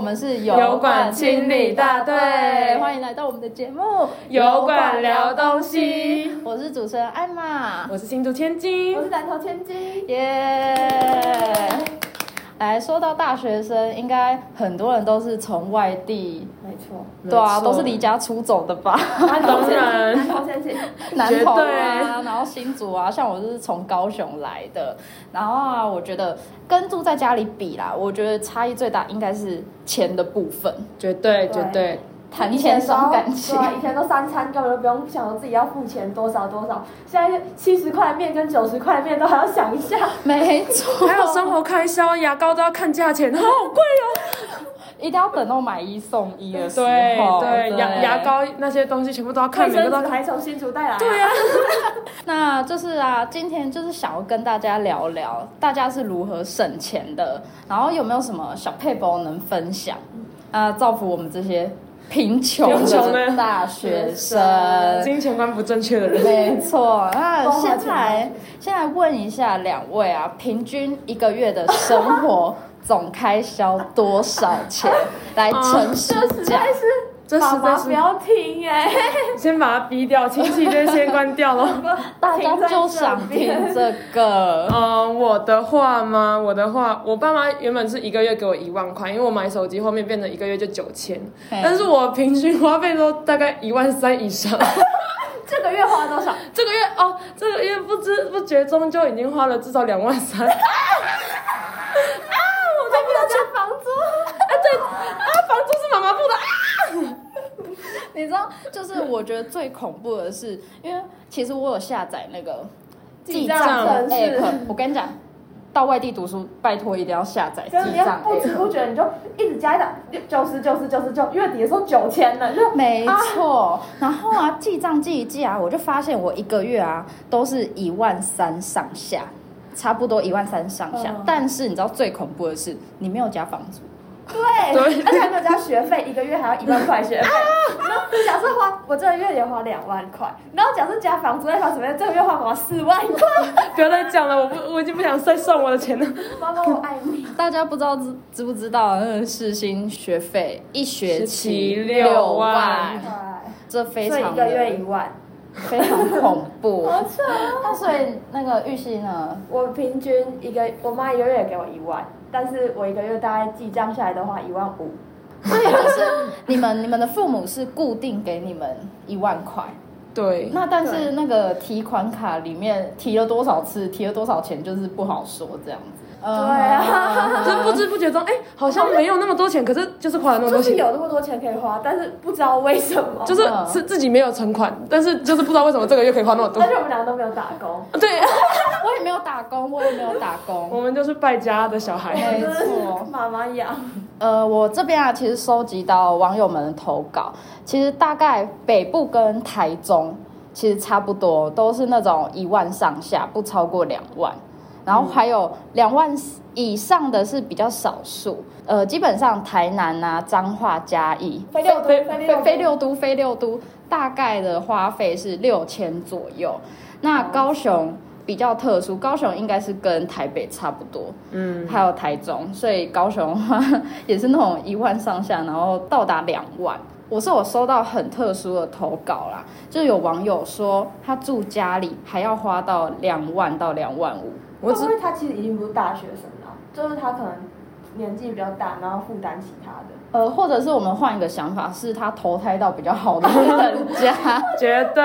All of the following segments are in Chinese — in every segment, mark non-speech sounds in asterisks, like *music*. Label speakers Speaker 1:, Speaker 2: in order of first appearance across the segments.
Speaker 1: 们是
Speaker 2: 油管清理大队
Speaker 1: 欢迎来到我们的节目
Speaker 2: 油管聊东西。
Speaker 1: 我是主持人艾玛，
Speaker 2: 我是新竹千金
Speaker 3: 我，是南投千金。
Speaker 1: 耶、来说到大学生，应该很多人都是从外地，
Speaker 3: 没错，
Speaker 1: 对啊，
Speaker 2: 没错
Speaker 1: 都是离家出走的
Speaker 2: *laughs*
Speaker 1: 吧？
Speaker 2: 当
Speaker 3: 南
Speaker 2: 然，
Speaker 3: 投千金，
Speaker 1: 南
Speaker 2: 绝
Speaker 1: 投
Speaker 2: 对
Speaker 1: 啊，然后新竹啊，像我就是从高雄来的，然后啊，我觉得跟住在家里比啦，我觉得差异最大应该是钱的部
Speaker 2: *laughs*
Speaker 1: 分，
Speaker 2: 绝对绝对
Speaker 3: 对，
Speaker 1: 谈钱伤感情
Speaker 3: 对。啊，以前都三餐根本都不用想着自己要付钱多少多少，现在七十块面跟九十块面都还要想一下。
Speaker 1: 没错，
Speaker 2: 还有生活开销，牙膏都要看价钱，好贵。
Speaker 1: 一定要等到买一送一的时候，
Speaker 2: 对对，牙牙。膏那些东西全部都要看，
Speaker 3: *laughs* 看
Speaker 2: 每个
Speaker 3: 生
Speaker 2: 都
Speaker 3: 纸
Speaker 2: 要看。
Speaker 3: 还从新竹带来、啊。
Speaker 2: 对呀，
Speaker 1: 那就是啊，今天就是想要跟大家聊聊，大家是如何省钱的，然后有没有什么小配包能分享啊，造福我们这些贫穷
Speaker 2: 贫穷
Speaker 1: 的
Speaker 2: 的
Speaker 1: 大学生。
Speaker 2: 金钱观不正确的人，
Speaker 1: 没错，那
Speaker 3: 包花
Speaker 1: 现
Speaker 3: 钱
Speaker 1: 在现在问一下两位啊，平均一个月的生活总开销多少钱？来诚实
Speaker 3: 实
Speaker 1: 讲
Speaker 3: 在，是，
Speaker 2: 这
Speaker 3: 爸
Speaker 2: 实
Speaker 3: 妈
Speaker 2: 在
Speaker 3: 不
Speaker 2: 是
Speaker 3: 要听哎、
Speaker 2: 先把它逼掉，亲戚这些关
Speaker 1: *laughs*
Speaker 2: 掉了。
Speaker 1: 大家
Speaker 3: *laughs* 停在
Speaker 1: 就
Speaker 3: 这
Speaker 1: 想
Speaker 3: 边
Speaker 1: 听这个。
Speaker 2: 嗯，我的话吗？我的话，我爸妈原本是一个月给我一万块，因为我买手机后面变成一个月就九千，
Speaker 1: 嘿
Speaker 2: 但是我平均花费都大概一万三以上。 *laughs*
Speaker 3: 这个月花了多少？
Speaker 2: 这个月哦，这个月不知不觉中就已经花了至少两万三。
Speaker 3: 我都不知道交房租。
Speaker 2: 啊，房租是妈妈付的。啊
Speaker 1: 你知道，就是我觉得最恐怖的是，因为其实我有下载那个
Speaker 3: 记
Speaker 1: 账
Speaker 3: 账
Speaker 1: 的
Speaker 3: 程式
Speaker 1: app，我跟你讲，到外地读书，拜托一定要下载记
Speaker 3: 就是你要
Speaker 1: 账
Speaker 3: 不知
Speaker 1: app。
Speaker 3: 不觉你就一直加一档九十九十九十九，月底的时候九千了，就
Speaker 1: 没错，然后啊，记账记一记啊，我就发现我一个月啊都是一万三上下，差不多一万三上下。
Speaker 3: 嗯
Speaker 1: 但是你知道最恐怖的是，你没有加房租，
Speaker 2: 对啊
Speaker 3: 对，而且还没有加学费，一个月还要一万块学费。然后假设花我这个月也花两万块，然后假设加房租再花什么，这个月花花四万块。
Speaker 2: *laughs* 不要再讲了，我不，我已经不想再算我的钱了。
Speaker 3: 妈妈，我爱你。
Speaker 1: 大家不知道知知不知道，那个世新学费一学
Speaker 2: 学
Speaker 1: 期
Speaker 2: 期
Speaker 1: 六
Speaker 2: 六
Speaker 1: 万
Speaker 2: 万，
Speaker 3: 对，
Speaker 1: 这非
Speaker 3: 所以
Speaker 1: 常
Speaker 3: 一个
Speaker 1: 的
Speaker 3: 月一万，
Speaker 1: 非常恐 *laughs* 怖。
Speaker 3: 好扯哦。
Speaker 1: 那所以那个玉溪呢？
Speaker 3: 我平均一个，我妈一个月给我一万，但是我一个月大概记账下来的话一万五。
Speaker 1: *laughs* 所以就是你们你们的父母是固定给你们一万块，
Speaker 2: 对，
Speaker 1: 那但是那个提款卡里面提了多少次，提了多少钱，就是不好说这样子。呃对
Speaker 3: 啊
Speaker 2: 就不知不觉中，哎、好像没有那么多钱，可是就是花了那么
Speaker 3: 就
Speaker 2: 多
Speaker 3: 是
Speaker 2: 钱。
Speaker 3: 有那么多钱可以花，但是不知道为什么。
Speaker 2: 就是是自己没有存款，但是就是不知道为什么这个月可以花那么多 *laughs*
Speaker 3: 而。且我们两个都没有打工，
Speaker 2: 对，
Speaker 1: *laughs* 我也没有打工， *laughs* 我也没有打工。
Speaker 2: 我们就是败家的小 *laughs* 孩。
Speaker 1: 没
Speaker 3: 真
Speaker 1: 错
Speaker 3: 的是妈妈养。
Speaker 1: 呃，我这边啊，其实收集到网友们的投稿，其实大概北部跟台中其实差不多，都是那种一万上下，不超过两万。然后还有两万以上的是比较少数，呃，基本上台南啊、彰化、嘉义、
Speaker 3: 飞六都
Speaker 2: 飞
Speaker 3: 飞
Speaker 1: 非
Speaker 3: 六
Speaker 1: 非六都非六都大概的花费是六千左右。那高雄比较特殊，高雄应该是跟台北差不多，
Speaker 2: 嗯，
Speaker 1: 还有台中，所以高雄的话 *laughs* 也是那种一万上下，然后到达两万。我是有收到很特殊的投稿啦，就是有网友说他住家里还要花到两万到两万五，
Speaker 2: 我
Speaker 3: 会
Speaker 2: 只
Speaker 3: 不会他其实已经不是大学生了？就是他可能年纪比较大，然后负担起他的。
Speaker 1: 呃，或者是我们换一个想法，是他投胎到比较好的 *laughs* 人家，
Speaker 2: 绝对。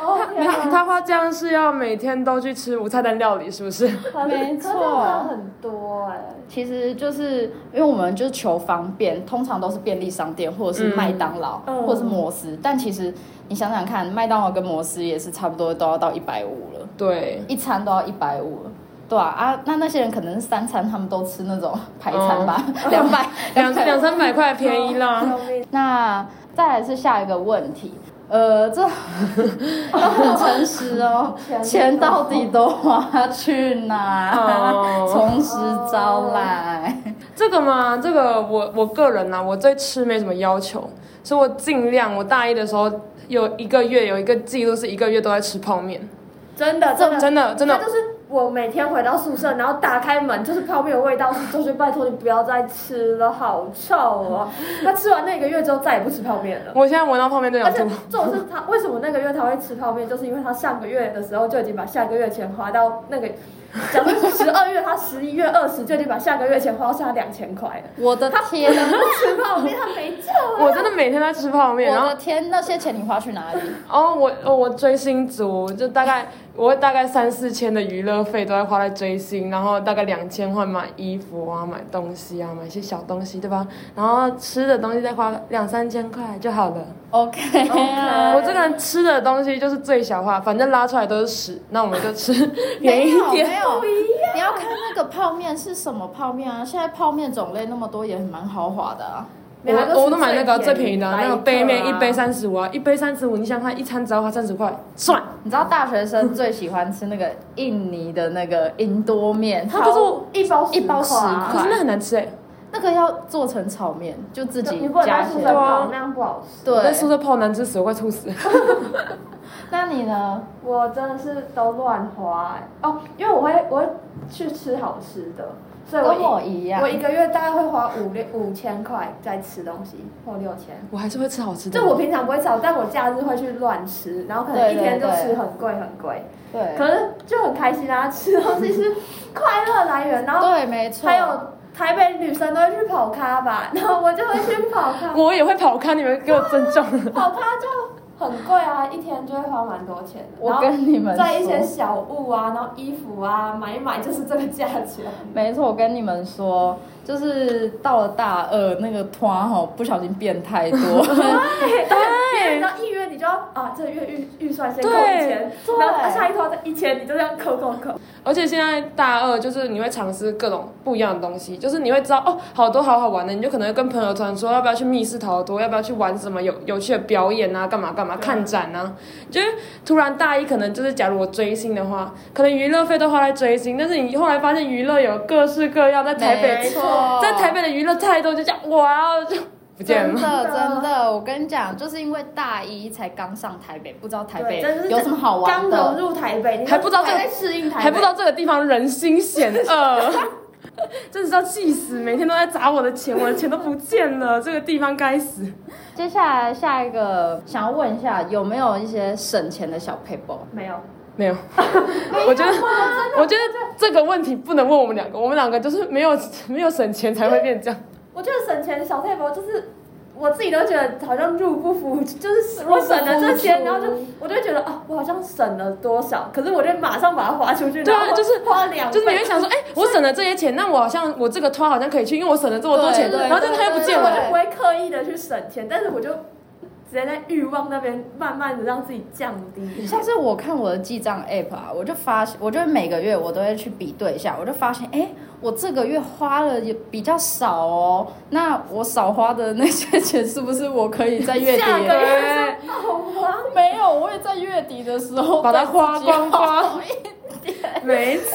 Speaker 3: 哦，
Speaker 2: 你 *laughs* 看他花这样是要每天都去吃无菜单料理，是不是？
Speaker 1: 没错
Speaker 3: 很多哎、
Speaker 1: 其实就是因为我们就是求方便，通常都是便利商店或者是麦当劳、
Speaker 3: 嗯
Speaker 1: 或者是摩斯，但其实你想想看，麦当劳跟摩斯也是差不多都要到一百五了，
Speaker 3: 嗯
Speaker 2: 对，
Speaker 1: 一餐都要一百五了。对啊，啊，那那些人可能是三餐他们都吃那种排餐吧，*laughs*
Speaker 3: 哦
Speaker 1: 两百
Speaker 2: 两两三百块便宜啦。
Speaker 3: 救命！
Speaker 1: 那再来是下一个问题，呃，这 *laughs* 都很诚实哦，
Speaker 3: 钱
Speaker 1: 钱到底都花去哪？ *laughs*
Speaker 2: 哦，
Speaker 1: 从实招来。
Speaker 2: 这个嘛，这个我我个人啊呢、我对吃没什么要求，所以我尽量。我大一的时候有一个月有一个记录是一个月都在吃泡面，
Speaker 3: 真的
Speaker 1: 这
Speaker 3: 真的
Speaker 2: 真的真
Speaker 3: 他
Speaker 2: 的，
Speaker 3: 就是我每天回到宿舍，然后打开门就是泡面的味道，就是拜托你不要再吃了，好臭哦！他吃完那个月之后再也不吃泡面了。
Speaker 2: 我现在闻到泡面就
Speaker 3: 而
Speaker 2: 想
Speaker 3: 且
Speaker 2: 吐。
Speaker 3: 这种是他为什么那个月他会吃泡面，就是因为他上个月的时候就已经把下个月钱花到那
Speaker 2: *laughs*
Speaker 3: 个，假设是十二月，他十一月二十就已经把下个月钱花到剩下两千块了。
Speaker 1: 我的
Speaker 3: 他
Speaker 1: 天，
Speaker 3: 不吃泡面，他没救啊！
Speaker 2: 我真的每天在吃泡面，然
Speaker 1: 我
Speaker 2: 后
Speaker 1: 的天，那些钱你花去哪里？
Speaker 2: 哦，我哦我追星族，就大概我会大概三四千的娱乐费都在花在追星，然后大概两千会买衣服啊、买东西啊、买一些小东西，对吧？然后吃的东西再花两三千块就好了。
Speaker 1: OK 啊，
Speaker 2: 我这个人吃的东西就是最小化，反正拉出来都是屎，那我们就吃便
Speaker 1: 没
Speaker 2: 宜
Speaker 1: 有
Speaker 2: 一
Speaker 1: 没
Speaker 2: 点。
Speaker 1: 有，你要看那个泡面是什么泡面啊？现在泡面种类那么多，也蛮豪华的啊。
Speaker 2: 我
Speaker 3: 每个都
Speaker 2: 我都买那个啊
Speaker 3: 是
Speaker 2: 最便宜的，那个杯面一杯
Speaker 3: 百克啊
Speaker 2: 三十五啊，一杯三十五，你想看一餐只要花三十块，算。
Speaker 1: 你知道大学生最喜欢吃那个印尼的那个印多面，
Speaker 2: 它可是我
Speaker 3: 一包
Speaker 1: 一包
Speaker 3: 10块啊
Speaker 1: 10
Speaker 2: 可是那很难吃哎、
Speaker 1: 那个要做成炒面，就自己
Speaker 3: 你不能
Speaker 1: 加些
Speaker 3: 在宿。
Speaker 2: 对
Speaker 3: 舍
Speaker 2: 啊
Speaker 3: 泡，那样不好吃。
Speaker 2: 我在宿
Speaker 1: 对，
Speaker 2: 舍泡难吃死，我快吐死。
Speaker 1: 那你呢？
Speaker 3: 我真的是都乱花、欸、哦，因为我会我会去吃好吃的，所以我
Speaker 1: 跟
Speaker 3: 一
Speaker 1: 我一样
Speaker 3: 我，一个月大概会花五六五千块在吃东西或六千。
Speaker 2: *laughs* 我还是会吃好吃的。
Speaker 3: 就我平常不会炒，但我假日会去乱吃，然后可能
Speaker 1: 对
Speaker 3: 一天就
Speaker 1: 对对
Speaker 3: 吃很贵很贵，
Speaker 1: 对
Speaker 3: 可是就很开心啊！吃东西是快乐来源，然后
Speaker 1: 对，没错。
Speaker 3: 还有台北女生都会去跑咖吧，然后我就会去跑咖，
Speaker 2: 我也会跑咖，你们给我尊重。
Speaker 3: 跑咖就很贵啊，一天就会花蛮多钱的。然
Speaker 1: 我
Speaker 3: 后
Speaker 1: 跟你们
Speaker 3: 在一
Speaker 1: 说
Speaker 3: 些小物啊，然后衣服啊，买一买就是这个价
Speaker 1: *laughs*
Speaker 3: 钱。
Speaker 1: 没错，我跟你们说，就是到了大二那个团吼，不小心变太
Speaker 3: *laughs*
Speaker 1: 多。
Speaker 3: 对，然后一约你就要啊，这个月预预算先扣一千，
Speaker 1: 对
Speaker 3: 然后下一拖一千，你就这样扣扣扣。
Speaker 2: 而且现在大二就是你会尝试各种不一样的东西，就是你会知道哦，好多好好玩的，你就可能会跟朋友团说要不要去密室逃脱，要不要去玩什么有有趣的表演啊，干嘛干嘛，看展啊。就是突然大一可能就是，假如我追星的话，可能娱乐费都花在追星，但是你后来发现娱乐有各式各样，在台
Speaker 1: 没
Speaker 2: 北
Speaker 1: 错，
Speaker 2: 在台北的娱乐太多，就这样哇就不见
Speaker 1: 真
Speaker 2: 了。
Speaker 1: 的
Speaker 3: 真的
Speaker 1: 真的，我跟你讲，就是因为大一才刚上台北，不知道台北
Speaker 3: 对真的是
Speaker 1: 有什么好玩
Speaker 3: 刚融
Speaker 1: 的。
Speaker 3: 入台北，你
Speaker 2: 还不知道这个
Speaker 3: 在适应台北，
Speaker 2: 还不知道这个地方人心险
Speaker 1: *laughs*
Speaker 2: 恶，真是要气死！每天都在砸我的钱，我的钱都不见了，这个地方该死。
Speaker 1: 接下来下一个想要问一下，有没有一些省钱的小 paper？
Speaker 3: 没有。
Speaker 2: 没有，我觉得，我觉得这个问题不能问我们两个，我们两个就是没有没有省钱才会变这样。
Speaker 3: 我觉得省钱的小 t i 就是。我自己都觉得好像入不敷，就是
Speaker 1: 不
Speaker 3: 我省了这些
Speaker 1: 敷，出
Speaker 3: 然后就我就会觉得啊，我好像省了多少，可是我就马上把它花出去，
Speaker 2: 对啊
Speaker 3: 然后
Speaker 2: 就是
Speaker 3: 花两倍，
Speaker 2: 就是你会想说，哎、我省了这些钱，那我好像我这个拖好像可以去，因为我省了这么多钱，
Speaker 1: 对对
Speaker 2: 然后但是它又不见
Speaker 3: 我
Speaker 2: 了。
Speaker 3: 就不会刻意的去省钱，但是我就直接在欲望那边慢慢的让自己降低。
Speaker 1: 像是我看我的记账 app 啊，我就发现，我就每个月我都会去比对一下，我就发现，哎、我这个月花了也比较少哦，那我少花的那些钱是不是我可以在月底？
Speaker 3: 下个月
Speaker 2: 对
Speaker 3: 就好花，
Speaker 1: 没有，我也在月底的时候
Speaker 2: 把它
Speaker 1: 再自己
Speaker 2: 花光光
Speaker 1: 花一
Speaker 2: 没错，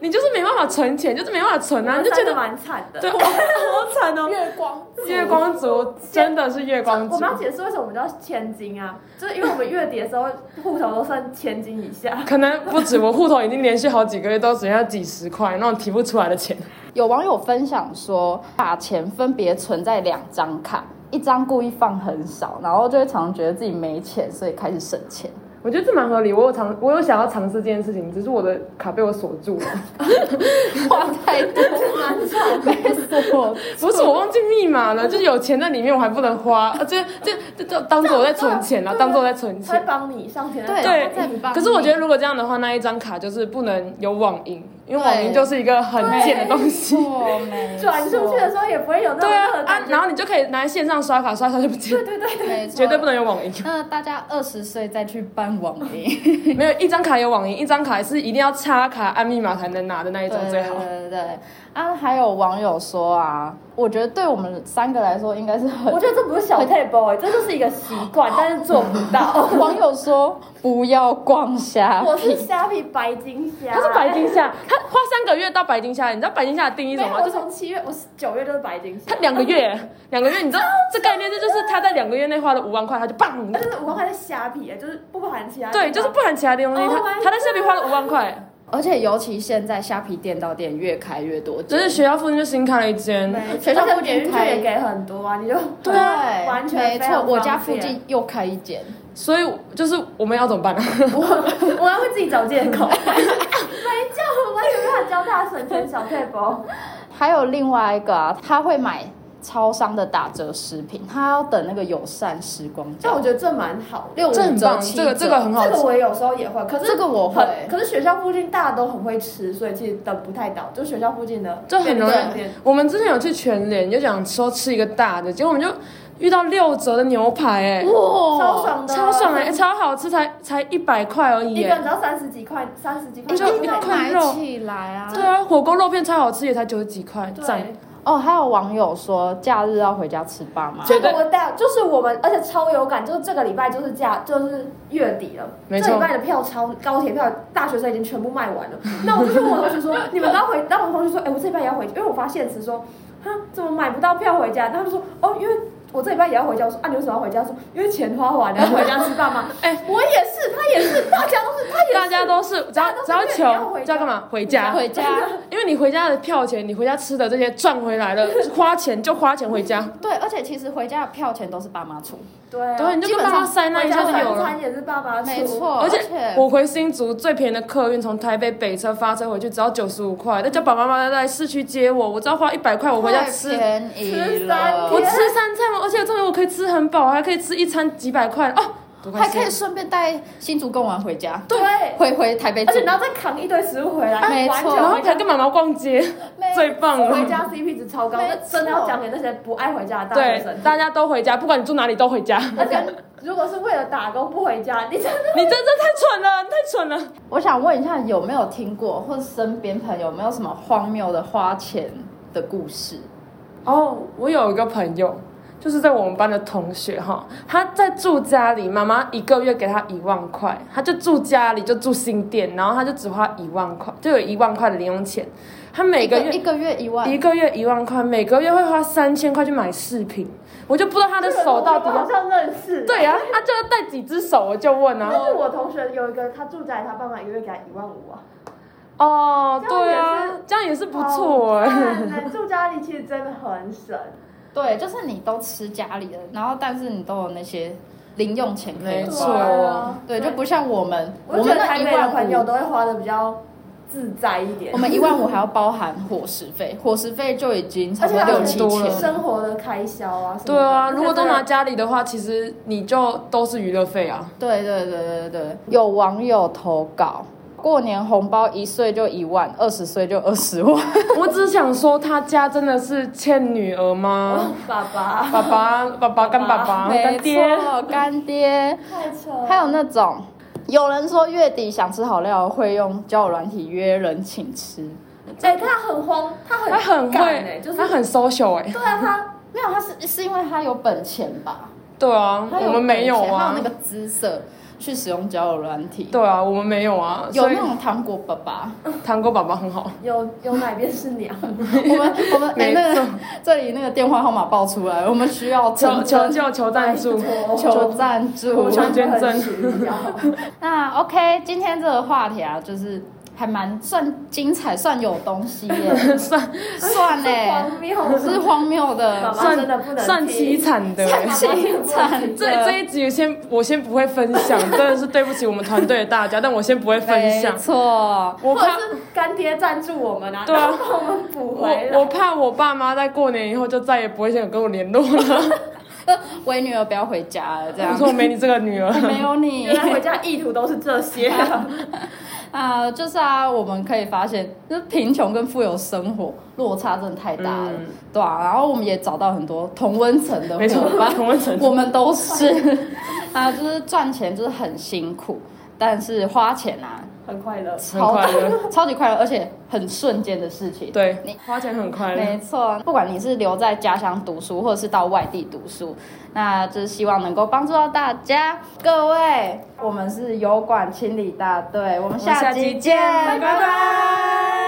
Speaker 2: 你就是没办法存钱，就是没办法存啊，你就觉
Speaker 3: 真的
Speaker 2: 得
Speaker 3: 蛮惨的。
Speaker 2: 对我好惨哦。
Speaker 1: 月光族
Speaker 2: 月光族真的是月光
Speaker 3: 我
Speaker 2: 族
Speaker 3: 们，要解释为什么我们叫千金啊，就是因为我们月底的时候户头都剩千金以下。
Speaker 2: 可能不止，我户头已经连续好几个月都只剩下几十块那种提不出来的钱。
Speaker 1: *laughs* 有网友分享说，把钱分别存在两张卡，一张故意放很少，然后就会常常觉得自己没钱，所以开始省钱。
Speaker 2: 我觉得这蛮合理，我有尝，我有想要尝试这件事情，只是我的卡被我锁住了，
Speaker 1: 话太多，没错，
Speaker 2: *laughs* 不是我忘记密码 *laughs* 了，就是有钱在里面我还不能花，啊这这这这当做我在存钱了，
Speaker 3: 对
Speaker 2: 当做我在存
Speaker 3: 会
Speaker 2: 钱。
Speaker 3: 帮你上天
Speaker 1: 对
Speaker 2: 对
Speaker 1: 他在帮，
Speaker 2: 可是我
Speaker 1: 你
Speaker 2: 觉得如果这样的话，那一张卡就是不能有网银，因为网银
Speaker 1: 对
Speaker 2: 就是一个很贱的东西。
Speaker 1: 错，没错
Speaker 3: 转出去的时候也不会有那
Speaker 2: *laughs*
Speaker 3: 种
Speaker 2: 对啊
Speaker 3: 热
Speaker 2: 啊，
Speaker 3: 感觉
Speaker 2: 然后你就可以拿来线上刷卡，刷一刷就不见了，
Speaker 3: 对对对，
Speaker 1: *laughs* 没错，
Speaker 2: 绝对不。能有网银。
Speaker 1: 那大家二十岁再去办网银， *laughs*
Speaker 2: 没有一张卡有网银，一张卡是一定要插卡按密码才能拿的那一
Speaker 1: 对对
Speaker 2: 种最好。
Speaker 1: 对对。啊，还有网友说啊，我觉得对我们三个来说应该是很
Speaker 3: 我觉得这不是小 table，、欸、这就是一个习惯，但是做不
Speaker 1: *laughs*
Speaker 3: 到。
Speaker 1: 网友说不要逛虾
Speaker 3: 我是
Speaker 1: 皮，
Speaker 3: 虾皮白金虾，
Speaker 2: 他是白金虾，他花三个月到白金虾，你知道白金虾的定义是
Speaker 3: 没
Speaker 2: 什
Speaker 3: 有，
Speaker 2: 么吗？
Speaker 3: 我
Speaker 2: 就是
Speaker 3: 从七月，我是九月就是白金虾
Speaker 2: 他，两个月，两个月，你知道这概念，这就是他在两个月内花了五万块，他就棒
Speaker 3: 而，且是五万块是虾皮、欸，就是不含其他地方。
Speaker 2: 对，就是不含其他东西，
Speaker 3: Oh
Speaker 2: 他
Speaker 3: my
Speaker 2: 他在虾皮花了五万块，
Speaker 1: 而且尤其现在虾皮店到店越开越多
Speaker 2: 只
Speaker 1: 间，
Speaker 2: 是学校附近就新开了一间，
Speaker 3: 没
Speaker 1: 学校
Speaker 3: 而且
Speaker 1: 附近
Speaker 3: 捷运
Speaker 1: 开
Speaker 3: 券也给很多啊，你就
Speaker 1: 对，
Speaker 3: 完全
Speaker 1: 没
Speaker 3: 非常
Speaker 1: 错，
Speaker 3: 方便
Speaker 1: 我家附近又开一间，
Speaker 2: 所以就是我们要怎么办啊？
Speaker 3: 哦我还会自己找借口。没叫，我完全没法教大家省钱小 table。
Speaker 1: 还有另外一个啊，他会买超商的打折食品，他要等那个友善时光
Speaker 3: 但
Speaker 1: 价
Speaker 3: 我，觉得这蛮好的，
Speaker 1: 六五
Speaker 2: *laughs* 这很
Speaker 1: 折
Speaker 2: 棒，
Speaker 1: 七
Speaker 2: 这个
Speaker 1: 折
Speaker 2: 这个很好
Speaker 3: 这个我有时候也会，可是
Speaker 1: 这个我会
Speaker 3: 很可是学校附近大家都很会吃，所以其实等不太到，就学校附近的
Speaker 2: 就很容易
Speaker 3: 便利店。
Speaker 2: 我们之前有去全联，就想说吃一个大的，结果我们就遇到六折的牛排、哎、
Speaker 1: 哇
Speaker 3: 超爽哦的，啊
Speaker 2: 超爽哎、超好吃，才才一百块而已、
Speaker 3: 一个人
Speaker 2: 哎
Speaker 3: 只要三十几块，三十几块
Speaker 1: 一
Speaker 2: 就
Speaker 1: 定
Speaker 2: 一
Speaker 1: 要
Speaker 2: 块
Speaker 1: 买
Speaker 2: 肉
Speaker 1: 起来啊！
Speaker 2: 对啊，火锅肉片超好吃，也才九十几块，赞
Speaker 3: 对。，
Speaker 1: 哦，还有网友说假日要回家吃爸妈，
Speaker 2: 绝
Speaker 3: 这
Speaker 2: 对
Speaker 3: 个哦我带，就是我们，而且超有感，就是这个礼拜就是假，就是月底了，
Speaker 2: 没错
Speaker 3: 这礼拜的票超，高铁票，大学生已经全部卖完 *laughs* 了。那我就去问我同学说，你们刚回，然后我同学说，哎、我这礼拜也要回，因为我发现时说，哈，怎么买不到票回家？他们说，哦，因为。我这礼拜也要回家，我说啊，你为什么要回家？他说因为钱花 *laughs* 完了，要回家吃饭嘛。
Speaker 2: 哎
Speaker 3: 我也是，他也是，大家都是，他也是。
Speaker 2: 大
Speaker 3: *laughs*
Speaker 2: 家都是只要
Speaker 3: 大家都是
Speaker 2: 只要
Speaker 3: 因为你要
Speaker 2: 求
Speaker 3: 回家
Speaker 2: 就要干嘛？回家，
Speaker 1: 回家。
Speaker 2: 因为你回家的票钱，你回家吃的这些赚回来了，花钱就花钱回家。
Speaker 1: 对，而且其实回家的票钱都是爸妈出，
Speaker 3: 对啊，
Speaker 2: 对，你就
Speaker 1: 基
Speaker 2: 跟
Speaker 1: 本
Speaker 2: 爸
Speaker 1: 上
Speaker 2: 妈塞那一下就
Speaker 3: 回家
Speaker 2: 有
Speaker 3: 三
Speaker 2: 了。
Speaker 3: 餐也是爸妈出，
Speaker 1: 没错。
Speaker 2: 而且
Speaker 1: 且
Speaker 2: 我回新竹最便宜的客运，从台北北车发车回去只要九十五块，再叫爸爸妈妈在市区接我，我只要花一百块，我回家吃
Speaker 1: 太，便宜
Speaker 3: 吃
Speaker 1: 了
Speaker 3: 三
Speaker 2: 我
Speaker 3: 天
Speaker 2: 吃三餐，哦而且重点我可以吃很饱，还可以吃一餐几百块哦，多开
Speaker 1: 还
Speaker 2: 心
Speaker 1: 可以顺便带新竹贡丸回家，
Speaker 3: 对，
Speaker 1: 回回台北
Speaker 3: 而
Speaker 1: 住
Speaker 3: 且。然后再扛一堆食物回来，
Speaker 1: 没
Speaker 3: 完全
Speaker 1: 错
Speaker 2: 然后
Speaker 3: 回家
Speaker 2: 还跟妈妈逛街，
Speaker 3: 没
Speaker 2: 最棒了
Speaker 3: 回家 CP 值超高，
Speaker 1: 没
Speaker 3: 那真的要讲给那些不爱回家的大学
Speaker 2: 对
Speaker 3: 生，。
Speaker 2: 大家都回家，不管你住哪里都回家。
Speaker 3: 而且如果是为了打工不回家，你真的
Speaker 2: 你真的太蠢了，你太蠢了！
Speaker 1: 我想问一下，有没有听过，或者身边朋友有没有什么荒谬的花钱的故事？
Speaker 2: 哦，我有一个朋友，就是在我们班的同学哈，他在住家里，妈妈一个月给他一万块，他就住家里，就住新店，然后他就只花一万块，就有一万块的零用钱，他每个月
Speaker 1: 一个月一万，
Speaker 2: 一个月一万块，每个月会花三千块去买饰品，我就不知道他的手到底
Speaker 3: 这个 *laughs* 我
Speaker 2: 要
Speaker 3: 好。像认识。
Speaker 2: 对啊，他就要带几只手，我就问
Speaker 3: 但
Speaker 2: 啊。
Speaker 3: 是我同学有一个，他住家里，他爸妈一个月给他一万五啊，
Speaker 2: *laughs* 哦，
Speaker 3: 这样
Speaker 2: 对
Speaker 3: 也
Speaker 2: 啊
Speaker 3: 是，
Speaker 2: 这样也是不错哎、
Speaker 3: 哎。住家里其实真的很省，
Speaker 1: 对，就是你都吃家里的，然后但是你都有那些零用钱可以
Speaker 2: 没
Speaker 1: 花
Speaker 2: 错
Speaker 3: 对啊
Speaker 1: 对，就不像我们，
Speaker 3: 我就觉
Speaker 1: 们
Speaker 3: 得
Speaker 1: 那
Speaker 3: 台
Speaker 1: 一
Speaker 3: 北的朋友
Speaker 1: 万五，
Speaker 3: 都会花的比较自在一点
Speaker 1: 我，们一万五还要包含伙食费，伙食费就已经差
Speaker 3: 而
Speaker 1: 不
Speaker 3: 且
Speaker 1: 多
Speaker 3: 还
Speaker 1: 六
Speaker 3: 有
Speaker 1: 七
Speaker 2: 多了
Speaker 1: 千。
Speaker 3: 生活的开销啊什么的。
Speaker 2: 对啊，如果都拿
Speaker 3: 而且
Speaker 2: 家里的话，其实你就都是娱乐费啊。
Speaker 1: 对对对对对，有网友投稿，过年红包一岁就一万，二十岁就二十万。
Speaker 2: 我只想说，他家真的是欠女儿吗？
Speaker 3: 真的爸爸
Speaker 2: 爸爸，爸爸干爸
Speaker 1: 哦
Speaker 2: 爸，干
Speaker 1: 没
Speaker 2: 爹。
Speaker 1: 错，干爹。
Speaker 3: 太扯了，
Speaker 1: 还有那种，有人说月底想吃好料，会用交友软体约人请吃。
Speaker 3: 哎、他很慌，他很
Speaker 2: 他很
Speaker 3: 敢哎、
Speaker 2: 会，
Speaker 3: 就是
Speaker 2: 他很 social 哎、
Speaker 3: 对啊，他
Speaker 1: 没有，他是是因为他有本钱吧？
Speaker 2: 对啊，
Speaker 1: 他
Speaker 2: 我们没有
Speaker 1: 本钱
Speaker 2: 啊
Speaker 1: 他有那。个姿色去使用交友软体。
Speaker 2: 对啊，我们没有啊。
Speaker 1: 有
Speaker 2: 所以
Speaker 1: 那种糖果爸爸，
Speaker 2: 糖果爸爸很好。
Speaker 3: 有有哪边是
Speaker 2: *laughs*
Speaker 3: 娘，
Speaker 1: 我们我 *laughs* 们哎、
Speaker 2: 没
Speaker 1: 那
Speaker 2: 错
Speaker 1: 个这里那个电话号码报出来，我们需要
Speaker 2: 求
Speaker 1: 征
Speaker 2: 求
Speaker 1: 征
Speaker 2: 救，求赞助。
Speaker 1: 求赞助
Speaker 2: 我。想捐赠
Speaker 3: 很需
Speaker 2: *laughs*
Speaker 3: 要
Speaker 1: 那 OK，今天这个话题啊，就是还蛮算精彩，算有东西
Speaker 2: *laughs*
Speaker 1: 耶，
Speaker 2: 算
Speaker 1: *laughs* 算欸嘞
Speaker 3: 荒，谬，
Speaker 1: 是荒谬
Speaker 3: 妈
Speaker 1: 的，
Speaker 3: 妈真的不
Speaker 2: 算
Speaker 3: 能
Speaker 2: 算
Speaker 3: 听
Speaker 2: 凄惨
Speaker 1: *laughs*
Speaker 2: 的、
Speaker 3: 算
Speaker 2: 欸。
Speaker 1: 凄惨的。
Speaker 2: 这这一集先我先不会分享，真的是对不起我们团队的大家，但我先不会分享
Speaker 1: 没。错，
Speaker 2: 我
Speaker 3: 或者
Speaker 2: 怕
Speaker 3: 是干爹赞助我们啊，
Speaker 2: 对啊
Speaker 3: 然后帮我们补
Speaker 2: 我
Speaker 3: 回
Speaker 2: 我
Speaker 3: 来。
Speaker 2: 怕我爸妈在过年以后就再也不会想跟我联络了。
Speaker 1: 为女儿不要回家了，这
Speaker 2: 我
Speaker 1: 样
Speaker 2: 说我没你这个女儿。
Speaker 1: 没有你
Speaker 3: 原。来回家意图都是这些、啊，
Speaker 1: 啊、就是啊，我们可以发现，就是贫穷跟富有生活落差真的太大了，
Speaker 2: 嗯
Speaker 1: 对啊，然后我们也找到很多同温层的
Speaker 2: 没错
Speaker 1: 伙，伴，
Speaker 2: 同温层。
Speaker 1: *laughs* 我们 *laughs* 都是啊，就是赚钱就是很辛苦，但是花钱啊
Speaker 3: 很快乐。
Speaker 2: 很
Speaker 1: 超
Speaker 2: 快乐，
Speaker 1: 超 *laughs* 级快乐，而且很瞬间的事情。
Speaker 2: 对
Speaker 1: 你，
Speaker 2: 花钱很快乐。
Speaker 1: 没错，不管你是留在家乡读书，或者是到外地读书，那就是希望能够帮助到大家各位。我们是油管清理大队，我们
Speaker 2: 我们
Speaker 1: 下
Speaker 2: 下集
Speaker 1: 集见，
Speaker 2: 拜拜。